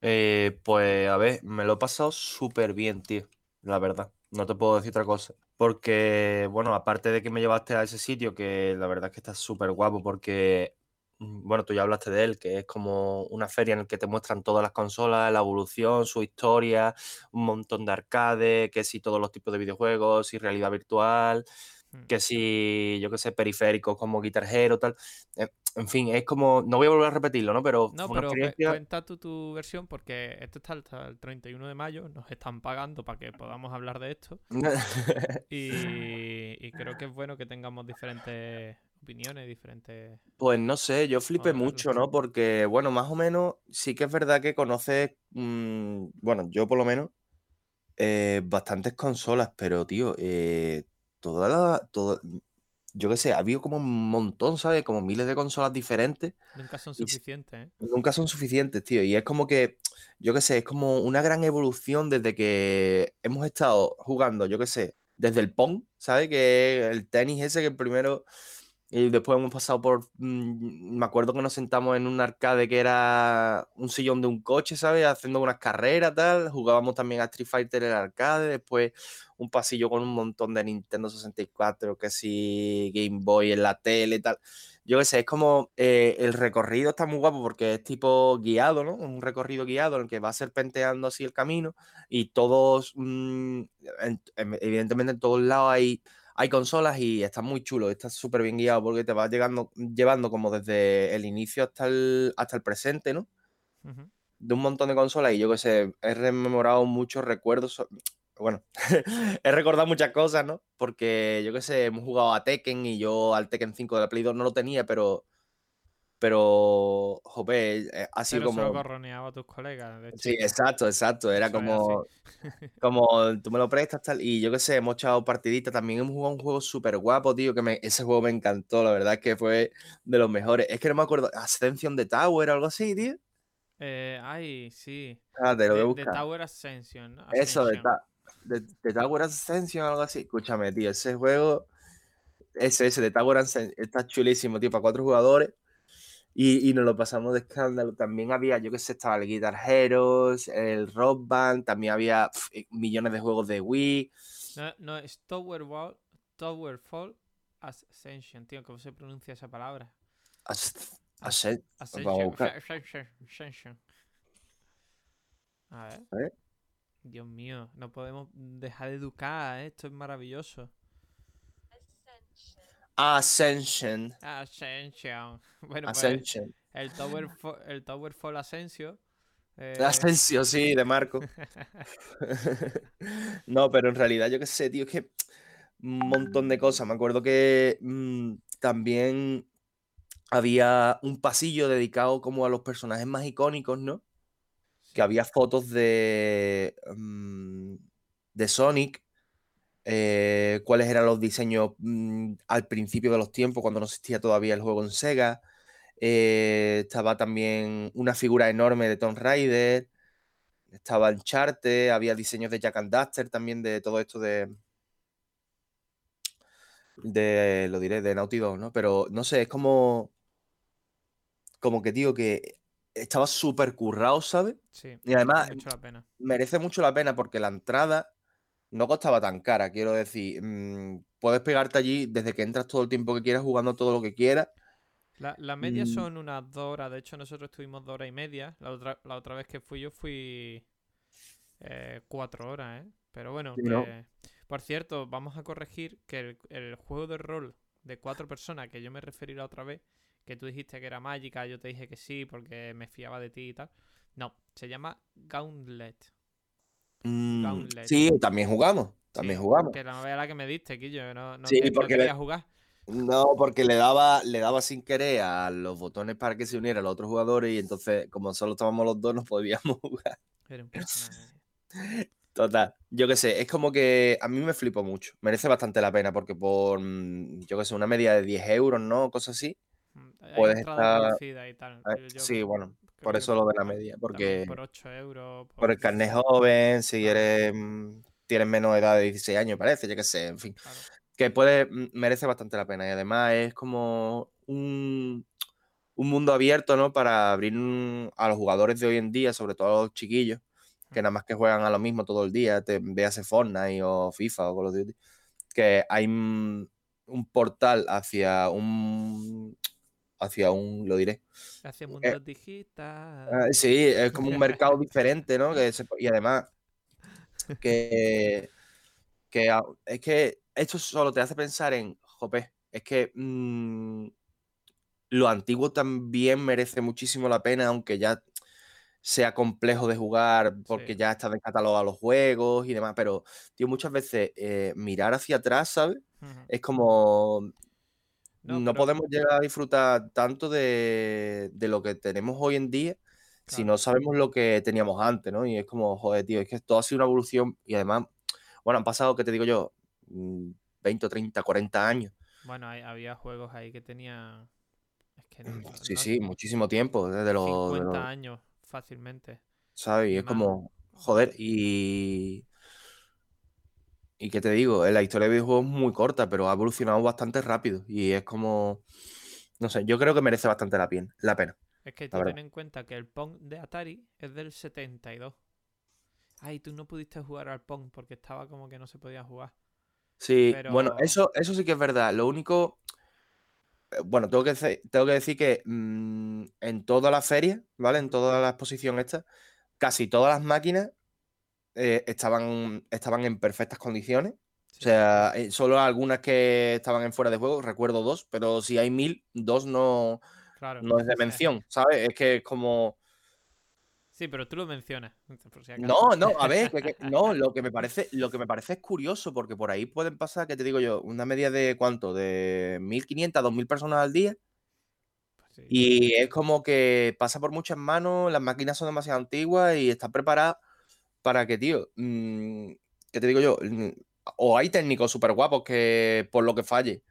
S5: Eh, pues a ver, me lo he pasado súper bien, tío. La verdad. No te puedo decir otra cosa. Porque, bueno, aparte de que me llevaste a ese sitio, que la verdad es que está súper guapo, porque, mm, bueno, tú ya hablaste de él, que es como una feria en la que te muestran todas las consolas, la evolución, su historia, un montón de arcade, que si todos los tipos de videojuegos, si realidad virtual,
S6: Mm.
S5: que si, yo qué sé, periféricos como guitarjero, tal. Eh, En fin, es como, no voy a volver a repetirlo, ¿no? Pero
S6: No,
S5: fue Pues, una
S6: pero cu-
S5: experiencia- <laughs>
S6: <laughs> cuenta tú tu versión porque esto está hasta el 31 de mayo, nos están pagando para que podamos hablar de esto y, y creo que es bueno que tengamos diferentes opiniones, diferentes...
S5: Pues no sé, yo flipé
S6: Ahora lo
S5: mucho, ¿no? Porque, bueno, más o menos sí que es verdad que conoces, mm, bueno, yo por lo menos, eh, bastantes consolas, pero, tío, eh, toda la, todo- yo qué sé, ha habido como un montón, ¿sabes? Como miles de consolas diferentes.
S6: Nunca son
S5: Y s-
S6: suficientes, ¿eh?
S5: Nunca son suficientes, tío. Y es como que, yo qué sé, es como una gran evolución desde que hemos estado jugando, yo qué sé, desde el Pong, ¿sabes? Que el tenis ese que primero. Y después hemos pasado por. mm, me acuerdo que nos sentamos en un arcade que era un sillón de un coche, ¿sabes? Haciendo unas carreras, tal. Jugábamos también a Street Fighter en el arcade. Después un pasillo con un montón de Nintendo 64, que si Game Boy en la tele, tal yo qué sé, es como eh, el recorrido está muy guapo porque es tipo guiado, ¿no? Un recorrido guiado en el que va serpenteando así el camino y todos, mm, en- en- evidentemente en todos lados hay, hay consolas y está muy chulo, está súper bien guiado porque te va llegando, llevando como desde el inicio hasta el, hasta el presente, ¿no?
S6: Ujú.
S5: de un montón de consolas y yo que sé, he rememorado muchos recuerdos. so- Bueno, <laughs> he recordado muchas cosas, ¿no? Porque yo que sé, hemos jugado a Tekken y yo al Tekken 5 de la Play 2 no lo tenía, pero. Pero. Jope, eh, ha sido
S6: Pero se lo
S5: como.
S6: corroneaba a tus colegas. de hecho.
S5: Sí, exacto, exacto. Era
S6: Eso es <laughs>
S5: como. Como tú me lo prestas, tal. Y yo que sé, hemos echado partiditas. También hemos jugado un juego súper guapo, tío. Que me- ese juego me encantó. La verdad es que fue de los mejores. Es que no me acuerdo. Ascension de Tower o algo así, tío.
S6: Eh, ay, sí.
S5: Ah, te lo voy a
S6: De, de
S5: buscar.
S6: Tower Ascension. ¿no?
S5: Eso, de,
S6: Ascension.
S5: Ta- de, de Tower Ascension o algo así. Escúchame, tío, ese juego, ese, ese de Tower Ascension, está chulísimo, tío, para cuatro jugadores. Y, y nos lo pasamos de escándalo. También había, yo qué sé, estaba el Guitar Heroes, el Rock Band, también había pf, eh, millones de juegos de Wii.
S6: No, no, es Tower Wall, Tower Fall Ascension, tío, ¿cómo se pronuncia esa palabra?
S5: As- Ascen-
S6: Ascension.
S5: buscar.
S6: Ascension. Ascension. A ver.
S5: A ver.
S6: Dios mío, no podemos dejar de educar, ¿eh? esto es maravilloso.
S5: ah, Ascension.
S6: Ascension. <laughs> Bueno, pues
S5: Ascension.
S6: el Tower Fall, el Tower Fall Ascension. eh,
S5: Ascension, sí, de
S6: <laughs>
S5: Marco. <laughs> No, pero en realidad yo qué sé, tío, es que un montón de cosas. Me acuerdo que mm, también había un pasillo dedicado como a los personajes más icónicos, ¿no?
S6: sí.
S5: Que había fotos de, mm, de Sonic, eh, cuáles eran los diseños mm, al principio de los tiempos, cuando no existía todavía el juego en Sega. Eh, estaba también una figura enorme de Tomb Raider. Estaba Uncharted, había diseños de Jack and Daxter también de todo esto de. De, lo diré, de Naughty Dog, ¿no? Pero no sé, es como. Como que digo que estaba súper currado, ¿sabes?
S6: Sí,
S5: Y además,
S6: mucho la pena.
S5: merece mucho la pena porque la entrada no costaba tan cara. Quiero decir, mm, puedes pegarte allí desde que entras todo el tiempo que quieras, jugando todo lo que quieras.
S6: La, la media
S5: Mm.
S6: son unas dos horas. De hecho, nosotros estuvimos dos horas y media. La otra, la otra vez que fui yo fui eh, cuatro horas, ¿eh? Pero bueno,
S5: Sí, ¿no?
S6: que- por cierto, vamos a corregir que el, el juego de rol de cuatro personas, que yo me referí la otra vez, que tú dijiste que era mágica, yo te dije que sí, porque me fiaba de ti y tal. No, se llama Gauntlet.
S5: Mm,
S6: Gauntlet.
S5: sí, también jugamos, también
S6: Sí,
S5: jugamos.
S6: Que la novela que me diste, Quillo, no, no,
S5: Sí,
S6: te- no
S5: porque
S6: quería
S5: ve-
S6: jugar.
S5: No, porque le daba, le daba sin querer a los botones para que se unieran los otros jugadores y entonces, como solo estábamos los dos, no podíamos <laughs> jugar.
S6: Era un personaje.
S5: Total, yo qué sé, es como que a mí me flipó mucho. Merece bastante la pena porque por, mm, yo qué sé, una media de 10 euros, ¿no? Cosas así.
S6: Mm, Hay
S5: Puedes
S6: entrada
S5: estar-
S6: reducida y tal.
S5: Eh,
S6: pero yo
S5: Sí, bueno,
S6: creo
S5: por
S6: que
S5: eso lo de la
S6: por-
S5: media,
S6: también
S5: porque
S6: Por 8 euros.
S5: por el carnet joven, si
S6: Ah.
S5: eres, mm, tienes menos edad de 16 años, parece, yo qué sé, en fin. mm,
S6: claro.
S5: que puede, m- merece bastante la pena y además es como un, un mundo abierto, ¿no? Para abrir un- a los jugadores de hoy en día, sobre todo a los chiquillos, que nada más que juegan a lo mismo todo el día, te veas Fortnite o FIFA o Call of Duty, que hay mm, un portal hacia un hacia un, lo diré.
S6: Hace mundo digital.
S5: eh, Ah, sí, es
S6: <laughs>
S5: como un mercado diferente, ¿no? Que se- y además, que, que a- es que esto solo te hace pensar en, jope, es que mm, lo antiguo también merece muchísimo la pena, aunque ya sea complejo de jugar porque
S6: Sí.
S5: ya está descatalogado los juegos y demás, pero, tío, muchas veces eh, mirar hacia atrás, ¿sabes?
S6: Ujú.
S5: Es como,
S6: No,
S5: no,
S6: pero-
S5: podemos llegar a disfrutar tanto de, de lo que tenemos hoy en día si
S6: Claro.
S5: no sabemos lo que teníamos antes, ¿no? Y es como, joder, tío, es que todo ha sido una evolución y además, bueno, han pasado, ¿qué te digo yo? Mm, 20, 30, 40 años.
S6: Bueno, hay- había juegos ahí que tenían. Es que no- no-
S5: <clears throat> Sí,
S6: no-
S5: sí, muchísimo tiempo, desde los, de
S6: 50
S5: los-
S6: años fácilmente.
S5: ¿sabes? Y es
S6: más.
S5: como, joder, y... ¿Y qué te digo? Eh, La historia de videojuegos es muy corta, pero ha evolucionado bastante rápido y es como, no sé, yo creo que merece bastante la, pien- la pena.
S6: Es que
S5: La
S6: tú
S5: verdad.
S6: ten en cuenta que el Pong de Atari es del 72. Ay, tú no pudiste jugar al Pong porque estaba como que no se podía jugar.
S5: Sí, bueno,
S6: Pero-
S5: eso, eso sí que es verdad. Lo único, eh, bueno, tengo que, ce- tengo que decir que mm, en toda la feria, ¿vale? En toda la exposición esta, casi todas las máquinas eh, estaban, estaban en perfectas condiciones. O
S6: Sí.
S5: sea, eh, solo algunas que estaban en fuera de juego, recuerdo dos, pero si hay mil, dos no,
S6: claro.
S5: no es de
S6: o sea,
S5: mención, ¿sabes? Es que es como...
S6: Sí, pero tú lo mencionas. por si acaso.
S5: No, no, a ver, que- que- no, lo que me parece, lo que me parece es curioso, porque por ahí pueden pasar, que te digo yo, una media de cuánto, de 1.500 a 2.000 personas al día,
S6: Pues sí.
S5: y es como que pasa por muchas manos, las máquinas son demasiado antiguas y están preparadas para que, tío, mm, ¿qué te digo yo? Mm, O hay técnicos súper guapos que por lo que falle,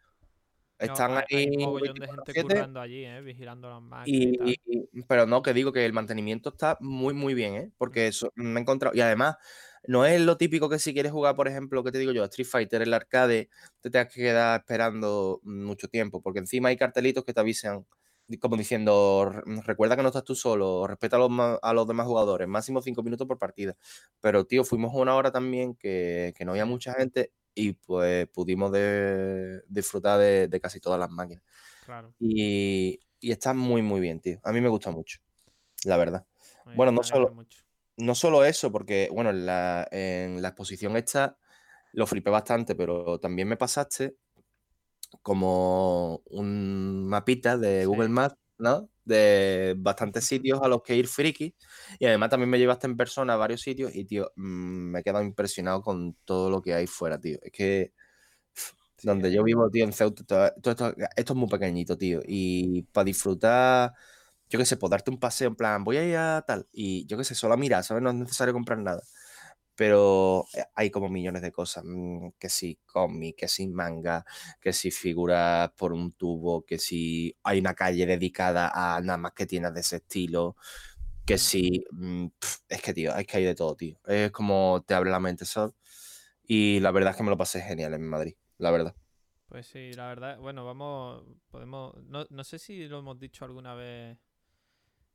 S6: No,
S5: están
S6: hay-
S5: ahí
S6: Hay un mogollón de gente
S5: 24/7,
S6: currando allí, ¿eh? Vigilando las máquinas y,
S5: y,
S6: tal.
S5: y- pero no, que digo que el mantenimiento está muy, muy bien, ¿eh? Porque eso me he encontrado. Y además, no es lo típico que si quieres jugar, por ejemplo, que te digo yo, Street Fighter, el arcade, te tengas que quedar esperando mucho tiempo. Porque encima hay cartelitos que te avisan, di- como diciendo, "Re- mm, recuerda que no estás tú solo, respeta a los, ma- a los demás jugadores, máximo cinco minutos por partida. Pero, tío, fuimos a una hora también que, que no había mucha gente y pues pudimos de- disfrutar de- de casi todas las máquinas.
S6: Claro.
S5: Y, y está muy, muy bien, tío. A mí me gusta mucho, la verdad.
S6: Oye,
S5: Bueno,
S6: me
S5: no solo-
S6: alegro mucho.
S5: No solo eso, porque, bueno, en la, en la exposición esta lo flipé bastante, pero también me pasaste como un mapita de
S6: Sí.
S5: Google Maps, ¿no? De bastantes sitios a los que ir friki. Y además también me llevaste en persona a varios sitios y, tío, mm, me he quedado impresionado con todo lo que hay fuera, tío. Es que
S6: Sí,
S5: donde
S6: eh.
S5: yo vivo, tío, en Ceuta, toda- todo esto, esto es muy pequeñito, tío. Y para disfrutar, yo qué sé, pues darte un paseo, en plan, voy a ir a tal. Y yo qué sé, solo a mirar, ¿sabes? No es necesario comprar nada. Pero eh, hay como millones de cosas. mm, Que si cómic, que si manga, que si figuras por un tubo, que si hay una calle dedicada a nada más que tiendas de ese estilo. Que si. mm, pf, es que, tío, es que hay de todo, tío. Es como te abre la mente, ¿sabes? Y la verdad es que me lo pasé genial en Madrid, la verdad.
S6: Pues sí, la verdad, bueno, vamos, podemos, no, no sé si lo hemos dicho alguna vez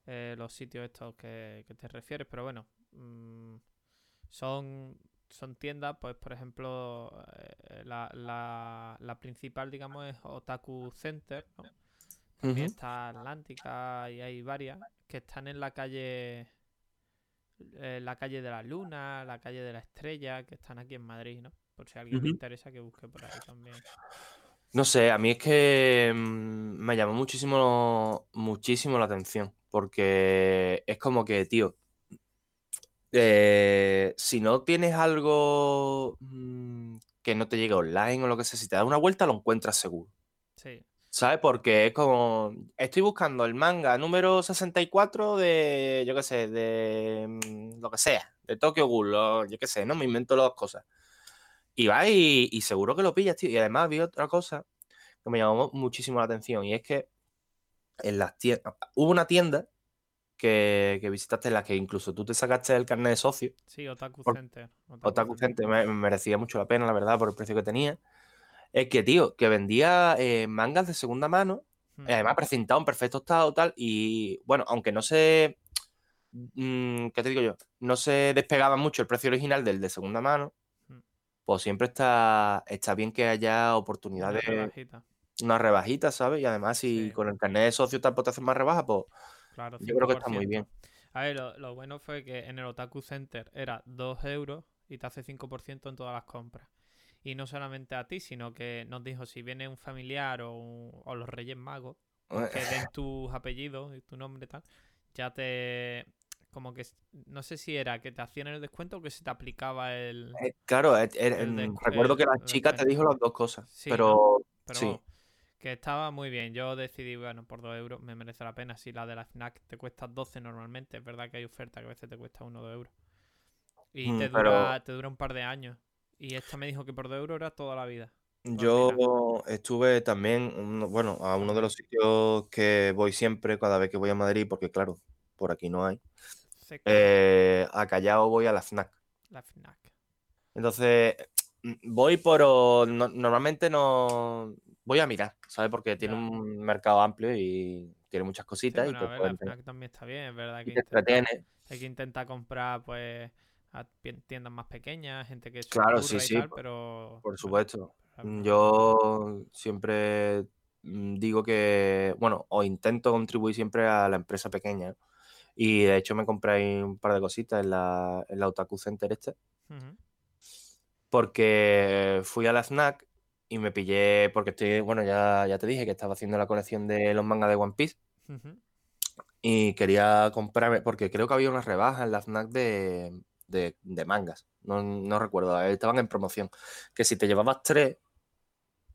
S6: eh, los sitios estos que, que te refieres, pero bueno, mm, son, son tiendas, pues por ejemplo, eh, la, la- la principal, digamos, es Otaku Center, ¿no? También
S5: Ujú.
S6: está Atlántica y hay varias que están en la calle, eh, la calle de la Luna, la calle de la Estrella, que están aquí en Madrid, ¿no? Por si a alguien le
S5: Ujú.
S6: interesa que busque por ahí también.
S5: No sé, a mí es que mm, me llamó muchísimo, muchísimo la atención, porque es como que, tío, eh, si no tienes algo mm, que no te llegue online o lo que sea, si te das una vuelta lo encuentras seguro,
S6: Sí.
S5: ¿sabes? Porque es como, estoy buscando el manga número 64 de, yo qué sé, de mm, lo que sea, de Tokyo Ghoul, o yo qué sé, no me invento las cosas. Y va y, y seguro que lo pillas, tío. Y además vi otra cosa que me llamó muchísimo la atención y es que en las tiendas, hubo una tienda que, que visitaste en la que incluso tú te sacaste el carnet de socio.
S6: Sí, Otaku
S5: Por-
S6: Center. Otaku
S5: Otaku Center me, me merecía mucho la pena, la verdad, por el precio que tenía. Es que, tío, que vendía eh, mangas de segunda mano
S6: Hmm.
S5: Eh, Además, presentado en perfecto estado, tal. Y bueno, aunque no se. mm, ¿Qué te digo yo? No se despegaba mucho el precio original del de segunda mano.
S6: Mm.
S5: Pues siempre está, está bien que haya
S6: Una
S5: oportunidades,
S6: rebajita.
S5: una rebajita, ¿sabes? Y además, si
S6: Sí.
S5: con el carnet de socio tampoco te hacen más rebaja, pues
S6: Claro,
S5: yo creo que está muy
S6: 5%.
S5: bien.
S6: A ver, lo, lo bueno fue que en el Otaku Center era 2 euros y te hace 5% en todas las compras. Y no solamente a ti, sino que nos dijo si viene un familiar o, un- o los Reyes Magos,
S5: eh,
S6: que den tus apellidos y tu nombre y tal, ya te... Como que... s- No sé si era que te hacían el descuento o que se te aplicaba el...
S5: Eh, Claro, eh, eh,
S6: El
S5: em,
S6: descu-
S5: recuerdo que
S6: el-
S5: la
S6: el
S5: chica te
S6: descuento.
S5: dijo las dos cosas,
S6: Sí,
S5: pero
S6: Pero
S5: Sí.
S6: vamos, que estaba muy bien. Yo decidí, bueno, por 2 euros me merece la pena. Si la de la FNAC te cuesta 12 normalmente, es verdad que hay ofertas que a veces te cuesta 1 o 2 euros. Y
S5: Mm,
S6: te,
S5: pero-
S6: dura, te dura un par de años. Y esta me dijo que por 2 euros era toda la vida.
S5: Yo estuve también, uno- bueno, a uno de los sitios que voy siempre cada vez que voy a Madrid, porque claro, por aquí no hay.
S6: Seca,
S5: eh, a Callao voy a la FNAC.
S6: La FNAC.
S5: Entonces, mm, voy, pero no- normalmente no voy a mirar, ¿sabes? Porque tiene
S6: Ya.
S5: un mercado amplio y tiene muchas
S6: Sí,
S5: cositas y
S6: bueno, a
S5: te
S6: ver, la
S5: pueden-
S6: FNAC también está bien, es verdad que
S5: y te
S6: intenta-
S5: entretiene.
S6: hay que intentar comprar, pues, a pi- tiendas más pequeñas, gente que se
S5: Claro,
S6: curra
S5: sí,
S6: y
S5: sí,
S6: tal,
S5: por-
S6: pero...
S5: Por supuesto. Mm,
S6: bueno,
S5: Yo siempre mm, digo que, bueno, o intento contribuir siempre a la empresa pequeña. Y de hecho me compré ahí un par de cositas en la, en la Otaku Center este,
S6: Ujú.
S5: porque fui a la snack y me pillé, porque estoy, bueno, ya, ya te dije que estaba haciendo la colección de los mangas de One Piece
S6: Ujú.
S5: y quería comprarme, porque creo que había una rebaja en la snack de, de, de mangas, no, no recuerdo, eh, estaban en promoción, que si te llevabas tres,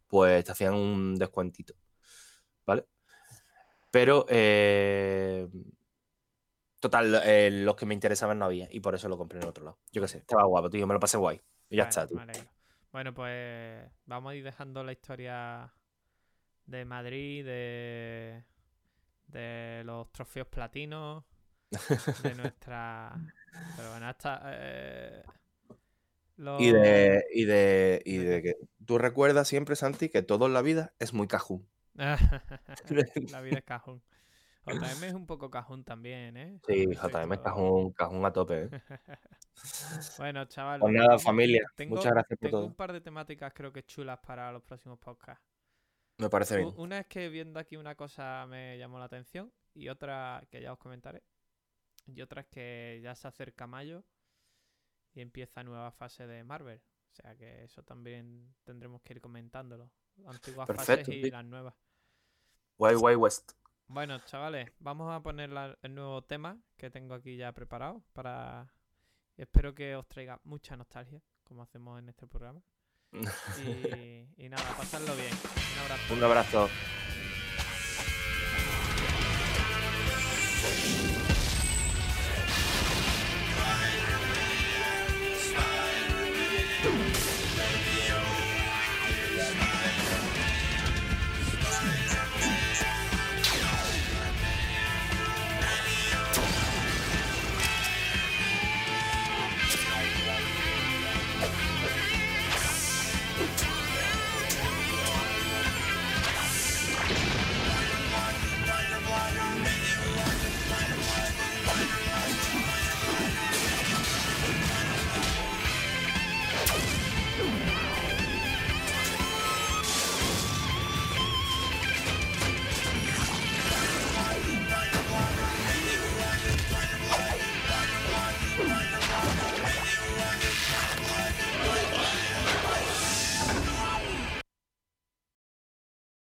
S5: pues te hacían un descuentito, ¿vale? Pero, eh, total, eh, los que me interesaban no había y por eso lo compré en otro lado. Yo qué sé, estaba guapo, tío, me lo pasé guay. Y ya
S6: Bueno,
S5: está, tío.
S6: me alegro. Bueno, pues vamos a ir dejando la historia de Madrid, de, de los trofeos
S5: <laughs>
S6: platinos, de nuestra... Pero bueno, hasta... eh, los-
S5: Y de, y de, y
S6: ¿De
S5: de que tú recuerdas siempre, Santi, que todo en la vida es muy cajú. <laughs>
S6: <laughs> la vida es cajón. JM es un poco cajón también, ¿eh?
S5: Sí,
S6: Eso y
S5: JM es
S6: todo.
S5: cajón, cajón a tope. ¿eh?
S6: Bueno, chaval. eh,
S5: Pues nada, familia,
S6: tengo-
S5: muchas gracias por
S6: Tengo
S5: todo.
S6: un par de temáticas creo que chulas para los próximos podcasts.
S5: Me parece
S6: U-
S5: bien.
S6: Una es que viendo aquí una cosa me llamó la atención y otra que ya os comentaré. Y otra es que ya se acerca mayo y empieza nueva fase de Marvel. O sea que eso también tendremos que ir comentándolo. Antiguas fases
S5: Perfecto,
S6: y
S5: sí.
S6: las nuevas.
S5: Way, way west.
S6: Bueno, chavales, vamos a poner la- el nuevo tema que tengo aquí ya preparado para... Espero que os traiga mucha nostalgia, como hacemos en este programa. Y, y nada, pasadlo bien. Un abrazo.
S5: Un abrazo.